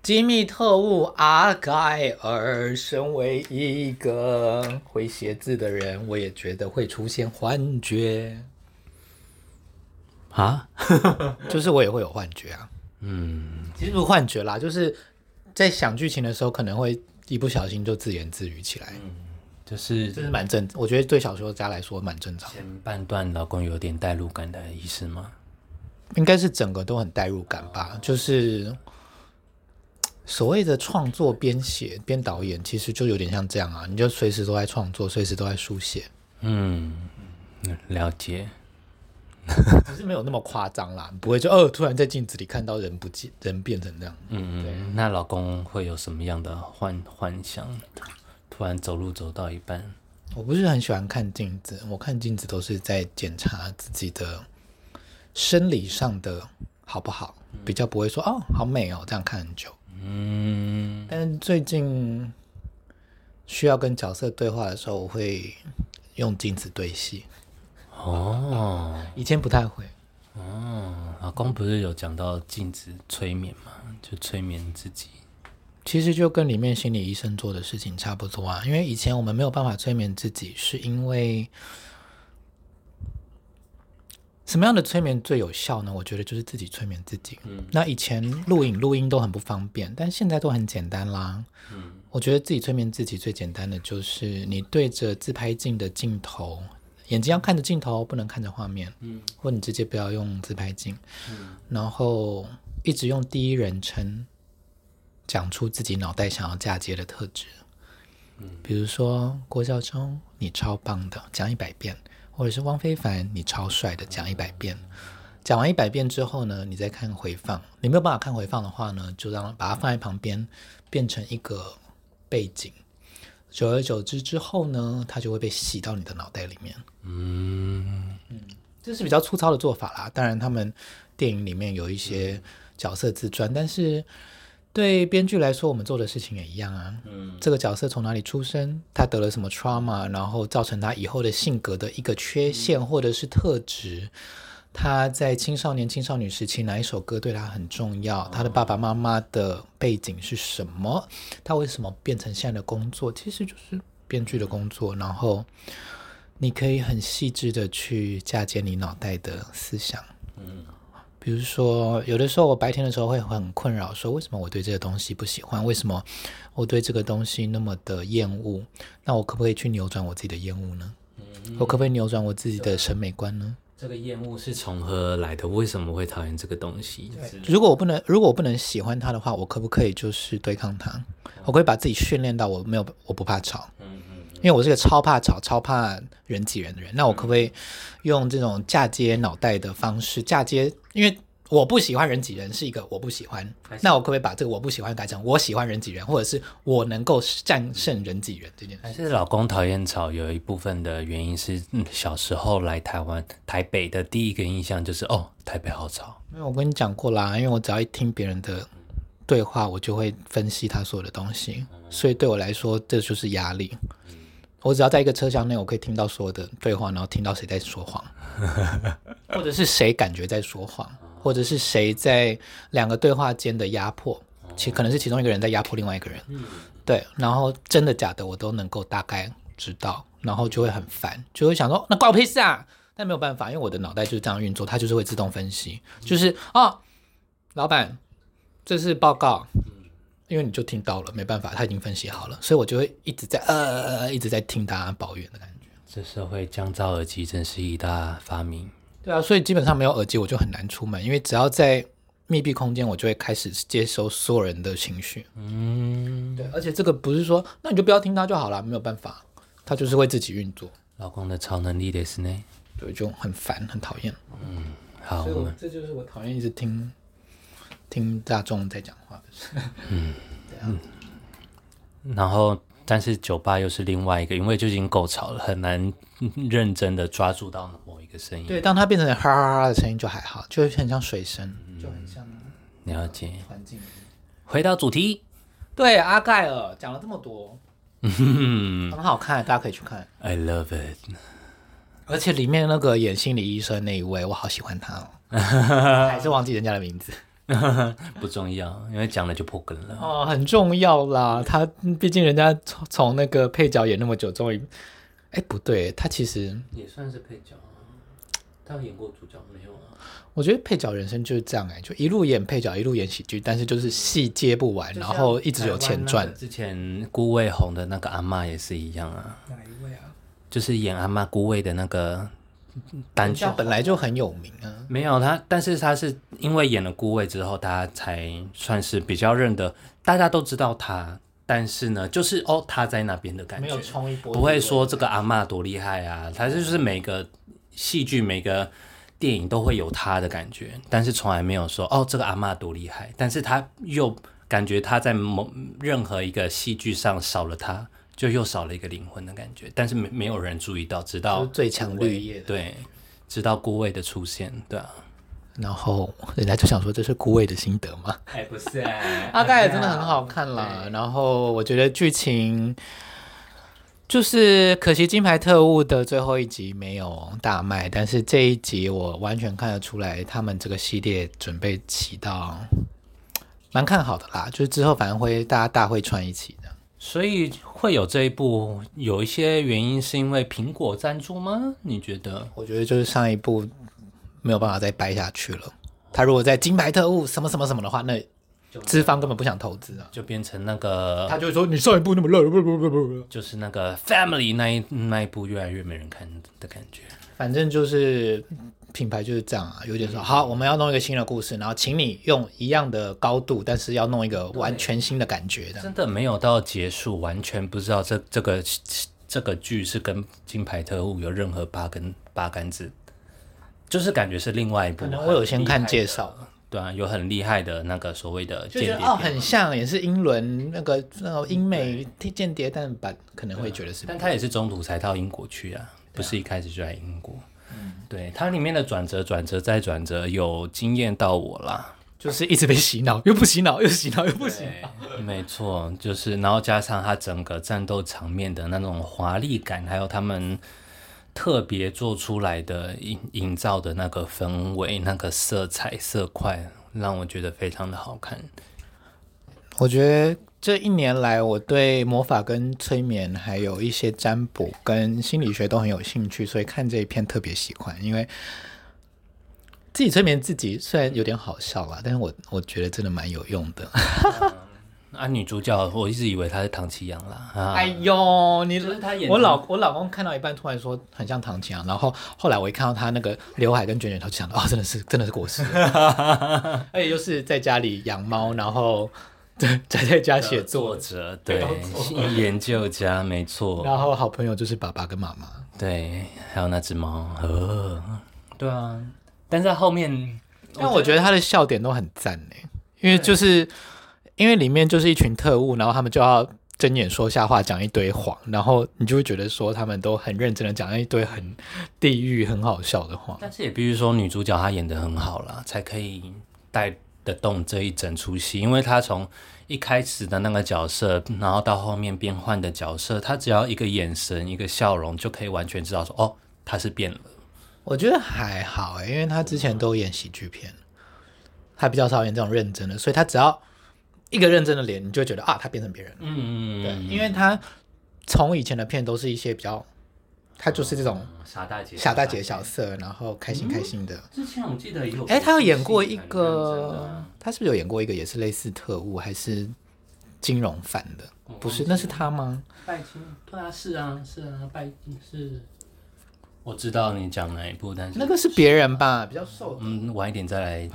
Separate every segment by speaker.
Speaker 1: 机密特务阿盖尔，身为一个会写字的人，我也觉得会出现幻觉
Speaker 2: 啊，
Speaker 1: 就是我也会有幻觉啊。嗯，其实不是幻觉啦，就是在想剧情的时候，可能会一不小心就自言自语起来，
Speaker 2: 嗯就是
Speaker 1: 这是蛮正，我觉得对小说家来说蛮正常的，
Speaker 2: 前半段老公有点代入感的意思吗？
Speaker 1: 应该是整个都很代入感吧。就是所谓的创作边写边导演，其实就有点像这样啊，你就随时都在创作，随时都在书写。
Speaker 2: 嗯，嗯了解。
Speaker 1: 只是没有那么夸张啦，不会就哦，突然在镜子里看到人不见人变成这样。
Speaker 2: 嗯嗯，那老公会有什么样的幻幻想？突突然走路走到一半，
Speaker 1: 我不是很喜欢看镜子，我看镜子都是在检查自己的生理上的好不好，比较不会说哦好美哦这样看很久。
Speaker 2: 嗯，
Speaker 1: 但是最近需要跟角色对话的时候，我会用镜子对戏，
Speaker 2: 哦，
Speaker 1: 以前不太会。
Speaker 2: 哦，老公不是有讲到禁止催眠吗？就催眠自己。
Speaker 1: 其实就跟里面心理医生做的事情差不多啊，因为以前我们没有办法催眠自己，是因为什么样的催眠最有效呢？我觉得就是自己催眠自己。那以前录影录音都很不方便，但现在都很简单啦。我觉得自己催眠自己最简单的就是你对着自拍镜的镜头，眼睛要看着镜头，不能看着画面。嗯，或你直接不要用自拍镜，然后一直用第一人称。讲出自己脑袋想要嫁接的特质。比如说郭孝忠，你超棒的，讲一百遍；或者是汪非凡，你超帅的，讲一百遍。讲完一百遍之后呢，你再看回放。你没有办法看回放的话呢，就让把它放在旁边，变成一个背景。久而久之之后呢，它就会被洗到你的脑袋里面。
Speaker 2: 嗯，
Speaker 1: 这是比较粗糙的做法啦。当然，他们电影里面有一些角色自传，但是对编剧来说，我们做的事情也一样啊。嗯，这个角色从哪里出生，他得了什么 trauma，然后造成他以后的性格的一个缺陷或者是特质。他在青少年、青少女时期哪一首歌对他很重要？他的爸爸妈妈的背景是什么？他为什么变成现在的工作？其实就是编剧的工作。然后你可以很细致的去嫁接你脑袋的思想。比如说，有的时候我白天的时候会很困扰，说为什么我对这个东西不喜欢？为什么我对这个东西那么的厌恶？那我可不可以去扭转我自己的厌恶呢？我可不可以扭转我自己的审美观呢？
Speaker 2: 这个厌恶是从何而来的？为什么会讨厌这个东西？
Speaker 1: 如果我不能，如果我不能喜欢它的话，我可不可以就是对抗它？我可以把自己训练到我没有，我不怕吵，
Speaker 2: 嗯
Speaker 1: 因为我是个超怕吵、超怕人挤人的人。那我可不可以用这种嫁接脑袋的方式嫁接？因为我不喜欢人挤人是一个我不喜欢，那我可不可以把这个我不喜欢改成我喜欢人挤人，或者是我能够战胜人挤人这件事？
Speaker 2: 还是老公讨厌吵，有一部分的原因是、嗯、小时候来台湾台北的第一个印象就是哦，台北好吵。
Speaker 1: 因为我跟你讲过啦，因为我只要一听别人的对话，我就会分析他所有的东西，所以对我来说这就是压力。我只要在一个车厢内，我可以听到所有的对话，然后听到谁在说谎，或者是谁感觉在说谎，或者是谁在两个对话间的压迫，其可能是其中一个人在压迫另外一个人。对，然后真的假的我都能够大概知道，然后就会很烦，就会想说那关我屁事啊！但没有办法，因为我的脑袋就是这样运作，它就是会自动分析，就是哦，老板，这是报告，因为你就听到了，没办法，他已经分析好了，所以我就会一直在呃一直在听大家抱怨的感觉。
Speaker 2: 这社会降噪耳机真是一大发明。
Speaker 1: 对啊，所以基本上没有耳机我就很难出门，因为只要在密闭空间，我就会开始接收所有人的情绪。
Speaker 2: 嗯，
Speaker 1: 对，而且这个不是说那你就不要听他就好了，没有办法，他就是会自己运作，
Speaker 2: 老公的超能力的是呢。
Speaker 1: 对，就很烦，很讨厌。
Speaker 2: 好，
Speaker 1: 所以
Speaker 2: 我
Speaker 1: 我
Speaker 2: 们
Speaker 1: 这就是我讨厌一直听听大众在讲话的事。
Speaker 2: 然后但是酒吧又是另外一个，因为就已经够吵了，很难嗯认真的抓住到某一个声音。
Speaker 1: 对，当它变成哈哈哈的声音就还好，就很像水声，就很像
Speaker 2: 了解。
Speaker 1: 环境。
Speaker 2: 回到主题，
Speaker 1: 对，阿盖尔讲了这么多，很好看，大家可以去看。
Speaker 2: I love it。
Speaker 1: 而 且里面那个演心理医生那一位，我好喜欢他哦，还是忘记人家的名字。
Speaker 2: 不重要，因为讲了就破梗了。
Speaker 1: 哦，很重要啦。他嗯毕竟人家从从那个配角演那么久，终于，哎，不对，他其实
Speaker 2: 也算是配角啊，他有演过主角没有啊？
Speaker 1: 我觉得配角人生就是这样哎、就一路演配角，一路演喜剧，但是就是戏接不完，然后一直有钱赚。
Speaker 2: 之前顾魏红的那个阿嬷也是一样啊，
Speaker 1: 哪一位啊？嗯
Speaker 2: 就是演阿嬷顾魏的那个单
Speaker 1: 人
Speaker 2: 角
Speaker 1: 家本来就很有名啊。
Speaker 2: 没有他，但是他是因为演了孤味之后，他才算是比较认得，大家都知道他，但是呢，就是哦他在那边的感觉，
Speaker 1: 冲一波
Speaker 2: 不会说这个阿嬷多厉害啊，他就是每个戏剧每个电影都会有他的感觉，但是从来没有说哦这个阿嬷多厉害，但是他又感觉他在某任何一个戏剧上少了他，就又少了一个灵魂的感觉，但是没没有人注意到，直到
Speaker 1: 就是最强绿叶的
Speaker 2: 对，直到孤味的出现，对啊。
Speaker 1: 然后人家就想说这是枯萎的心得嘛。
Speaker 2: 哎，不是哎
Speaker 1: 阿盖也真的很好看啦。然后我觉得剧情就是可惜《金牌特务》的最后一集没有大卖，但是这一集我完全看得出来，他们这个系列准备起到蛮看好的啦。就是之后反正会大家大会串一起的。
Speaker 2: 所以会有这一部，有一些原因是因为苹果赞助吗？你觉得？
Speaker 1: 我觉得就是上一部没有办法再掰下去了。他如果在《金牌特务》什么什么什么的话，那资方根本不想投资啊。
Speaker 2: 就变成那个，
Speaker 1: 他就会说你上一部那么烂，不不不不不。
Speaker 2: 就是那个 Family 那一那一部越来越没人看的感觉。
Speaker 1: 反正就是品牌就是这样啊，有点说好，我们要弄一个新的故事，然后请你用一样的高度，但是要弄一个完全新的感觉的。
Speaker 2: 真的没有到结束，完全不知道这这个这个剧是跟《金牌特务》有任何八根八竿子，就是感觉是另外一部。
Speaker 1: 可能我有先看介
Speaker 2: 绍，
Speaker 1: 绍，
Speaker 2: 对啊，有很厉害的那个所谓的
Speaker 1: 就觉
Speaker 2: 间谍
Speaker 1: 得
Speaker 2: 片。
Speaker 1: 哦，很像，也是英伦那个那个英美间谍蛋版，可能会觉得是。
Speaker 2: 但他也是中途才到英国去啊，不是一开始就来英国。
Speaker 1: 嗯
Speaker 2: 对，它里面的转折、转折再转折，有惊艳到我啦。
Speaker 1: 就是一直被洗脑，又不洗脑，又洗脑，又不洗脑。
Speaker 2: 对， 没错，就是然后加上它整个战斗场面的那种华丽感，还有他们特别做出来的营营造的那个氛围、那个色彩、色块，让我觉得非常的好看。
Speaker 1: 我觉得这一年来，我对魔法跟催眠，还有一些占卜跟心理学都很有兴趣，所以看这一片特别喜欢，因为自己催眠自己虽然有点好笑啦，但是我我觉得真的蛮有用的。
Speaker 2: 啊，女主角我一直以为她是唐奇阳啦， 啊，
Speaker 1: 哎呦，你
Speaker 2: 就是他演
Speaker 1: 我老我老公看到一半突然说很像唐青阳，然后后来我一看到他那个刘海跟卷卷头，就想到哦，真的是真的是过世了， 而且又是在家里养猫，然后 对宅在家写 作。
Speaker 2: 作者，对，研究家，没错。
Speaker 1: 然后好朋友就是爸爸跟妈妈，
Speaker 2: 对，还有那只猫，呃，对啊，但在后面，
Speaker 1: 但我觉得他的笑点都很赞呢，因为就是因为里面就是一群特务，然后他们就要睁眼说瞎话，讲一堆谎，然后你就会觉得说他们都很认真的讲一堆很地狱、很好笑的话。
Speaker 2: 但是也必须说女主角她演的很好啦，才可以带得动这一整出戏，因为她从一开始的那个角色，然后到后面变换的角色，她只要一个眼神、一个笑容，就可以完全知道说，哦，她是变了。
Speaker 1: 我觉得还好哎，因为他之前都演喜剧片，他比较少演这种认真的，所以他只要一个认真的脸，你就会觉得啊，他变成别人了。
Speaker 2: 嗯
Speaker 1: 对，因为他从以前的片都是一些比较，他就是这种
Speaker 2: 傻大姐，
Speaker 1: 傻大姐哦小色，然后开心开心的。
Speaker 2: 之前我记得有
Speaker 1: 哎，他有演过一个，他是不是有演过一个也是类似特务还是金融犯的？不是，那是他吗？
Speaker 2: 拜金，对啊，是啊，是啊，拜是。我知道你讲哪一部，但是
Speaker 1: 那个是别人吧，比较瘦。
Speaker 2: 嗯，晚一点再来。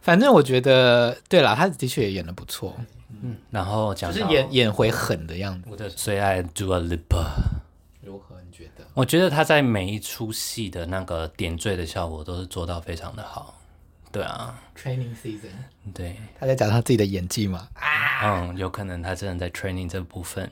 Speaker 1: 反正我觉得，对啦，他的确也演的不错，
Speaker 2: 嗯，然后
Speaker 1: 就
Speaker 2: 讲
Speaker 1: 是
Speaker 2: 到
Speaker 1: 演演回狠的样子。
Speaker 2: 我的最爱 Dua Lipa，
Speaker 1: 如何？你觉得？
Speaker 2: 我觉得他在每一出戏的那个点缀的效果都是做到非常的好。对啊，
Speaker 1: Training season，
Speaker 2: 对，
Speaker 1: 他在讲他自己的演技嘛？
Speaker 2: 嗯，有可能他真的在 training 这部分。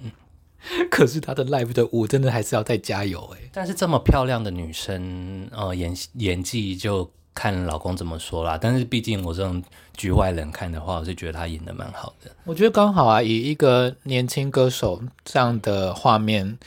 Speaker 1: 可是他的 live 的舞真的还是要再加油哎、
Speaker 2: 但是这么漂亮的女生，呃，演演技就看老公怎么说啦。但是毕竟我这种局外人看的话，我是觉得她演的蛮好的。
Speaker 1: 我觉得刚好啊，以一个年轻歌手这样的画面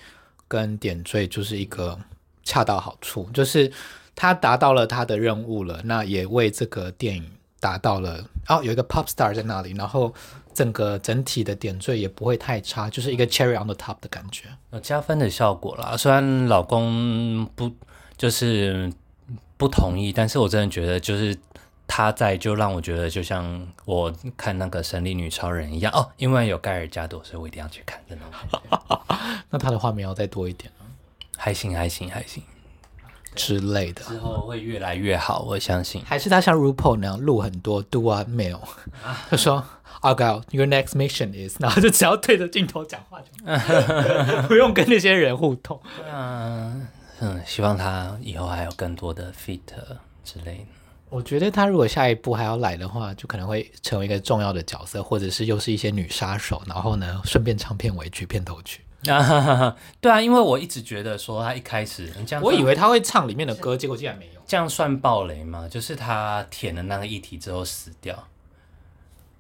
Speaker 1: 跟点缀，就是一个恰到好处，就是他达到了他的任务了，那也为这个电影达到了，哦，有一个 pop star 在那里，然后整个整体的点缀也不会太差，就是一个 cherry on the top 的感觉。
Speaker 2: 有呃加分的效果啦。虽然老公不就是不同意，但是我真的觉得就是他在，就让我觉得就像我看那个《神力女超人》一样哦，因为有盖尔加朵，所以我一定要去看的那种感觉。
Speaker 1: 那它的画面要再多一点
Speaker 2: 还行，还行，还行，
Speaker 1: 之类的，
Speaker 2: 之后会越来越好，我相信。
Speaker 1: 还是他像 RuPaul 那样录很多 do a mail，他
Speaker 2: 啊
Speaker 1: 说 a r g y l your next mission is，然后就只要对着镜头讲话就 好，不用跟那些人互动。
Speaker 2: 嗯嗯，希望他以后还有更多的 fit 之类的。
Speaker 1: 我觉得他如果下一步还要来的话，就可能会成为一个重要的角色，或者是又是一些女杀手，然后呢，顺便唱片尾曲、片头曲。
Speaker 2: 啊哈哈哈，对啊，因为我一直觉得说他一开始这样，啊
Speaker 1: 我以为他会唱里面的歌，结果竟然没有。
Speaker 2: 这样算暴雷吗？就是他舔了那个液体之后死掉，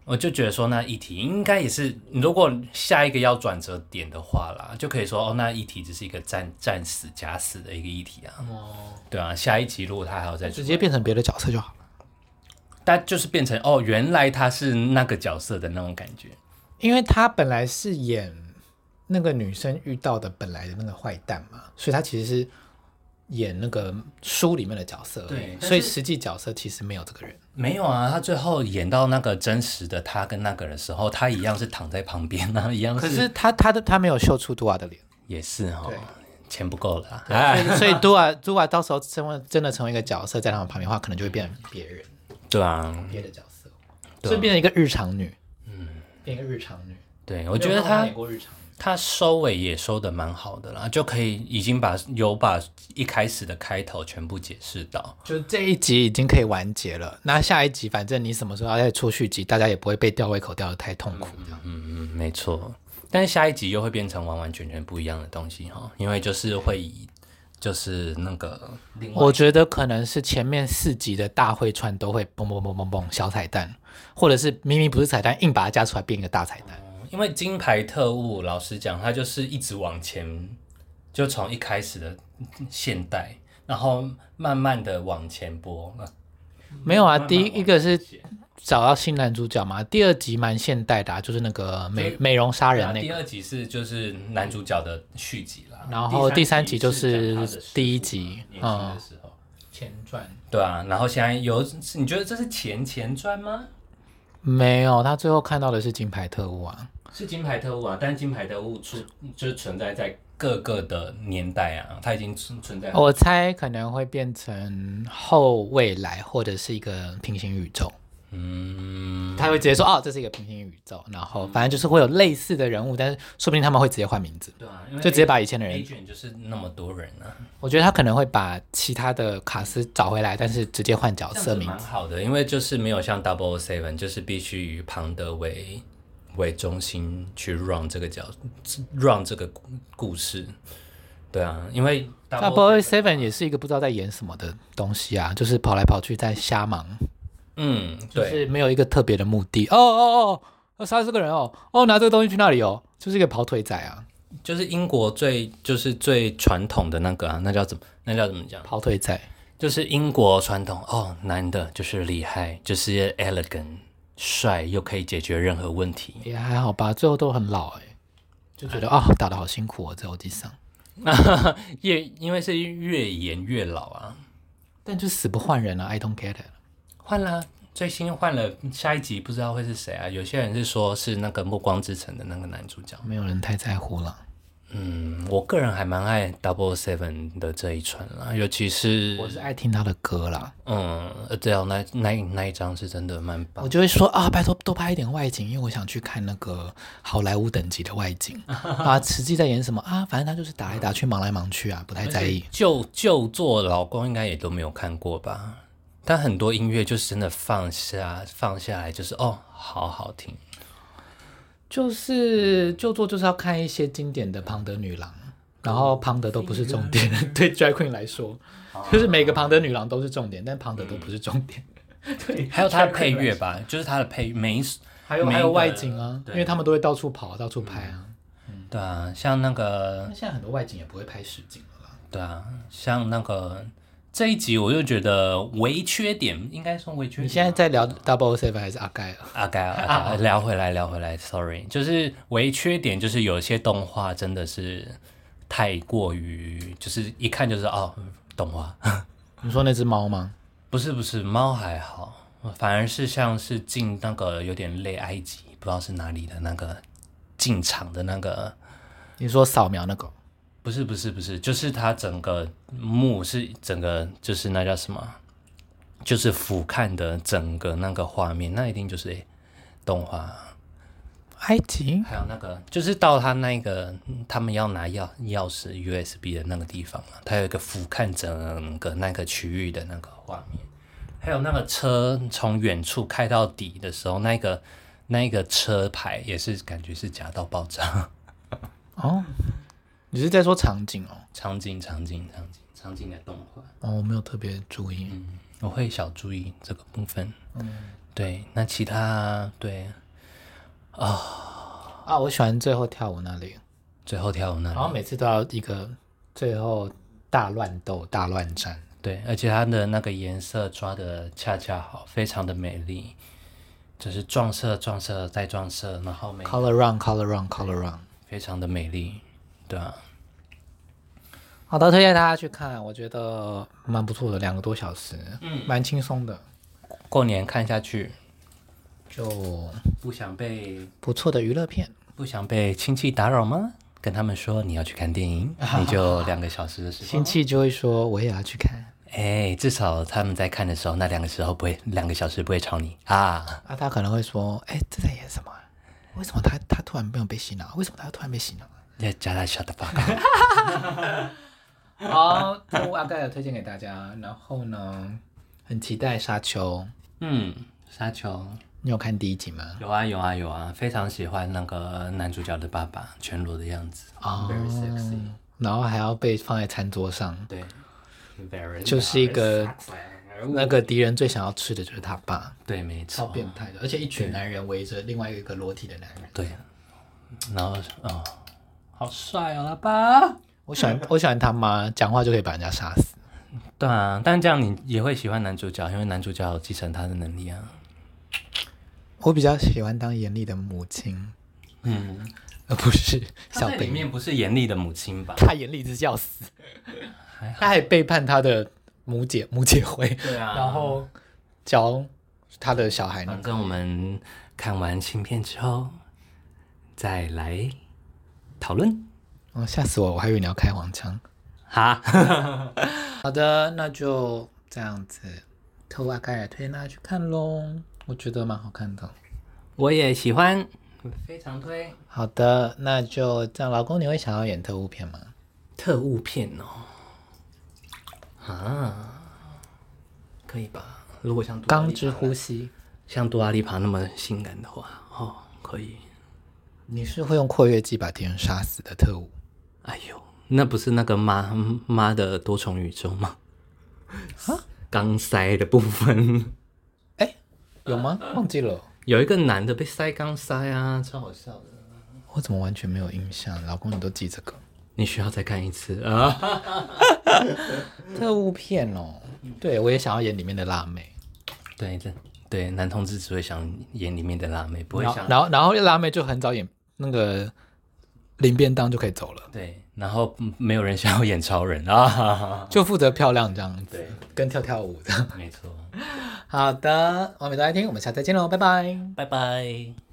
Speaker 2: 我就觉得说那液体应该也是，如果下一个要转折点的话啦，就可以说哦，那液体只是一个战战死假死的一个议题啊，对啊，下一集如果他还要再出
Speaker 1: 哦直接变成别的角色就好了。
Speaker 2: 但就是变成哦，原来他是那个角色的那种感觉，
Speaker 1: 因为他本来是演那个女生遇到的本来的那个坏蛋嘛，所以他其实是演那个书里面的角色而已
Speaker 2: 对但是
Speaker 1: 所以实际角色其实没有这个人。
Speaker 2: 没有啊，他最后演到那个真实的他跟那个的时候，他一样是躺在旁边啊，一样
Speaker 1: 可是他他的他没有秀出杜瓦的脸，
Speaker 2: 也是哈
Speaker 1: 对，
Speaker 2: 钱不够了啊，
Speaker 1: 所以所以杜瓦杜瓦到时候成为真的成为一个角色，在他们旁边的话，可能就会变成别人
Speaker 2: 对啊，
Speaker 1: 别的角色，
Speaker 2: 对啊
Speaker 1: 所以变成一个日常女，嗯，变一个日常女。
Speaker 2: 对，我觉得
Speaker 1: 他
Speaker 2: 他
Speaker 1: 演过日常女，
Speaker 2: 他收尾也收的蛮好的啦，就可以已经把有把一开始的开头全部解释到，
Speaker 1: 就这一集已经可以完结了。那下一集反正你什么时候要再出续集，大家也不会被吊胃口吊得太痛苦。这样
Speaker 2: 嗯嗯，没错。但是下一集又会变成完完全全不一样的东西哈，因为就是会以就是那个另外
Speaker 1: 我觉得可能是前面四集的大会串都会嘣嘣嘣嘣嘣小彩蛋，或者是明明不是彩蛋，硬把它加出来变一个大彩蛋。
Speaker 2: 因为金牌特务，老实讲，它就是一直往前，就从一开始的现代，然后慢慢的往前播。
Speaker 1: 没有啊，
Speaker 2: 慢慢
Speaker 1: 第一
Speaker 2: 往
Speaker 1: 一个是
Speaker 2: 前
Speaker 1: 找到新男主角嘛，第二集蛮现代的、啊，就是那个美美容杀
Speaker 2: 对啊
Speaker 1: 人那
Speaker 2: 第
Speaker 1: 个，
Speaker 2: 二集是就是男主角的续集啦，
Speaker 1: 然后第三集就
Speaker 2: 第
Speaker 1: 是
Speaker 2: 三集是
Speaker 1: 第一集，
Speaker 2: 讲他的
Speaker 1: 嗯
Speaker 2: 年轻的，时候
Speaker 1: 前传
Speaker 2: 对啊，然后现在有你觉得这是前前传吗？
Speaker 1: 没有，他最后看到的是金牌特务啊，
Speaker 2: 是金牌特务啊，但金牌特务出就是存在在各个的年代啊，它已经存存在。
Speaker 1: 我猜可能会变成后未来或者是一个平行宇宙。
Speaker 2: 嗯，
Speaker 1: 他会直接说哦，这是一个平行宇宙，然后反正就是会有类似的人物，但是说不定他们会直接换名字，
Speaker 2: 对啊，因为
Speaker 1: 就直接把以前的人。
Speaker 2: agent 就是那么多人啊，
Speaker 1: 我觉得他可能会把其他的卡斯找回来，但是直接换角
Speaker 2: 这
Speaker 1: 色
Speaker 2: 样子
Speaker 1: 名
Speaker 2: 蛮
Speaker 1: 字。
Speaker 2: 好的，因为就是没有像 Double Seven，就是必须以庞德为为中心去 run 这个角，run 这个故故事。对啊，因为
Speaker 1: 那 Boy Seven 也是一个不知道在演什么的东西啊，就是跑来跑去在瞎忙，
Speaker 2: 嗯，
Speaker 1: 就
Speaker 2: 对，
Speaker 1: 是没有一个特别的目的。哦哦哦，要杀这个人哦，哦拿这个东西去那里哦，就是一个跑腿仔啊，
Speaker 2: 就是英国最就是最传统的那个啊，那叫怎么那叫怎么讲？
Speaker 1: 跑腿仔。
Speaker 2: 就是英国传统哦，男的就是厉害，就是 elegant，帅又可以解决任何问题。
Speaker 1: 也还好吧，最后都很老哎、就觉得
Speaker 2: 哎
Speaker 1: 啊、打的好辛苦哦，在我地上，
Speaker 2: 越因为是越演越老啊，
Speaker 1: 但就死不换人啊，I don't get it。
Speaker 2: 换了啊，最新换了，下一集不知道会是谁啊？有些人是说是那个《暮光之城》的那个男主角。
Speaker 1: 没有人太在乎了。
Speaker 2: 嗯，我个人还蛮爱 Double Seven 的这一串啦，尤其是
Speaker 1: 我是爱听他的歌啦，
Speaker 2: 嗯，呃对啊，那那那一张是真的蛮棒
Speaker 1: 我。就会说啊，拜托多拍一点外景，因为我想去看那个好莱坞等级的外 景啊。实际在演什么啊？反正他就是打来打去，忙来忙去啊，不太在意。
Speaker 2: 旧旧作老公应该也都没有看过吧？但很多音乐就是真的放下放下来，就是哦，好好听。
Speaker 1: 就是就做就是要看一些经典的庞德女郎，然后庞德都不是重点， 对哦 drag queen 来说，就是每个庞德女郎都是重点，但庞德都不是重点。 对，
Speaker 2: 还有他的配乐吧，就是他的配每一首
Speaker 1: 还有
Speaker 2: 每一
Speaker 1: 还有
Speaker 2: 个
Speaker 1: 外景啊，因
Speaker 2: 对
Speaker 1: 为他们都会到处跑、到处拍啊。
Speaker 2: 对啊，像那个
Speaker 1: 那现在很多外景也不会拍实景了啦。
Speaker 2: 对啊，像那个这一集我就觉得微缺点，应该算微缺点吗。
Speaker 1: 你现在在聊 Double Seven 还是阿盖啊？
Speaker 2: 啊，该啊，聊回来，聊回来，sorry，就是唯缺点就是有些动画真的是太过于，就是一看就是哦，动画
Speaker 1: 你说那只猫吗？
Speaker 2: 不是不是，猫还好，反而是像是进那个有点类埃及，不知道是哪里的那个进场的那个，
Speaker 1: 你说扫描那个？
Speaker 2: 不是不是不是，就是它整个幕是整个就是那叫什么，啊就是俯瞰的整个那个画面，那一定就是诶动画。
Speaker 1: 埃及？
Speaker 2: 还有那个，就是到他那个嗯他们要拿钥钥匙 USB 的那个地方啊嘛，它有一个俯瞰整个那个区域的那个画面，还有那个车从远处开到底的时候，那个那个车牌也是感觉是假到爆炸，
Speaker 1: 哦，你是在说场景哦？
Speaker 2: 场景场景场景场景的动画，
Speaker 1: 哦，我没有特别注意。
Speaker 2: 我会小注意这个部分。对，那其他对
Speaker 1: 啊，我喜欢最后跳舞那里，
Speaker 2: 最后跳舞那里
Speaker 1: 然后每次都要一个最后大乱斗、大乱战。
Speaker 2: 对，而且它的那个颜色抓的恰恰好，非常的美丽，就是撞色、撞色再撞色，然后每
Speaker 1: Color run, color run, color run。
Speaker 2: 非常的美丽，对啊，
Speaker 1: 好的，推荐大家去看，我觉得蛮不错的，两个多小时，嗯，蛮轻松的，
Speaker 2: 过年看下去，
Speaker 1: 就
Speaker 2: 不想被
Speaker 1: 不错的娱乐片。
Speaker 2: 不想被亲戚打扰吗？跟他们说你要去看电影，你就两个小时的时间。
Speaker 1: 亲戚就会说我也要去看，
Speaker 2: 哎，至少他们在看的时候，那两个时候不会，两个小时不会吵你啊。
Speaker 1: 啊，他可能会说，哎，这在演什么啊？为什么他他突然没有被洗脑？为什么他突然被洗脑？
Speaker 2: 要叫他 shut the fuck up。
Speaker 1: 好，这部阿盖尔推荐给大家。然后呢，很期待《沙丘》，
Speaker 2: 嗯，沙丘。
Speaker 1: 你有看第一集吗？
Speaker 2: 有啊有啊有啊，非常喜欢那个男主角的爸爸全裸的样子
Speaker 1: 哦
Speaker 2: very sexy，
Speaker 1: 然后还要被放在餐桌上，
Speaker 2: 对，very，
Speaker 1: 就是一个那个敌人最想要吃的就是他爸，
Speaker 2: 对，没
Speaker 1: Oh 超
Speaker 2: 错，
Speaker 1: 变态的，而且一群男人围着另外一个裸体的男人。
Speaker 2: 对，然后哦，好帅哦，他爸，
Speaker 1: 我喜欢，我喜欢他妈，讲话就可以把人家杀死。
Speaker 2: 对啊，但这样你也会喜欢男主角，因为男主角有继承他的能力啊，
Speaker 1: 我比较喜欢当严厉的母亲，
Speaker 2: 嗯，
Speaker 1: 而不是小
Speaker 2: 他在里
Speaker 1: 兵。
Speaker 2: 面不是严厉的母亲吧？
Speaker 1: 他严厉之要死，他还背叛他的母姐母姐会，
Speaker 2: 对啊
Speaker 1: 然后嗯教他的小孩呢
Speaker 2: 反。正我们看完新片之后再来讨论，
Speaker 1: 哦，吓死我！我还以为你要开黄腔。
Speaker 2: 哈，
Speaker 1: 好的，那就这样子，特瓦盖尔推荐大家去看喽，我觉得蛮好看的。
Speaker 2: 我也喜欢，非常推。
Speaker 1: 好的，那就这样。老公，你会想要演特务片吗？
Speaker 2: 特务片哦，啊，可以吧？如果像
Speaker 1: 《
Speaker 2: 杜拉
Speaker 1: 钢
Speaker 2: 丽
Speaker 1: 之呼吸》，
Speaker 2: 像杜拉丽帕那么性感的话，哦，可以。
Speaker 1: 你是会用括约肌把敌人杀死的特务。
Speaker 2: 哎呦，那不是那个妈妈的多重宇宙吗？
Speaker 1: 啊
Speaker 2: 钢塞的部分，
Speaker 1: 哎，有吗？忘记了，
Speaker 2: 有一个男的被塞钢塞啊，超好笑的。
Speaker 1: 我怎么完全没有印象？老公，你都记这个？
Speaker 2: 你需要再看一次啊！
Speaker 1: 特务片哦，对我也想要演里面的辣妹，
Speaker 2: 对这对，男同志只会想演里面的辣妹，不会
Speaker 1: 然后
Speaker 2: 想
Speaker 1: 然后然后辣妹就很早演那个领便当就可以走了，
Speaker 2: 对，然后嗯没有人想要演超人啊。
Speaker 1: 就负责漂亮这样子
Speaker 2: 对，
Speaker 1: 跟跳跳舞这样。
Speaker 2: 没错，
Speaker 1: 好的，完美都爱听，我们下次再见喽，拜拜。
Speaker 2: 拜拜。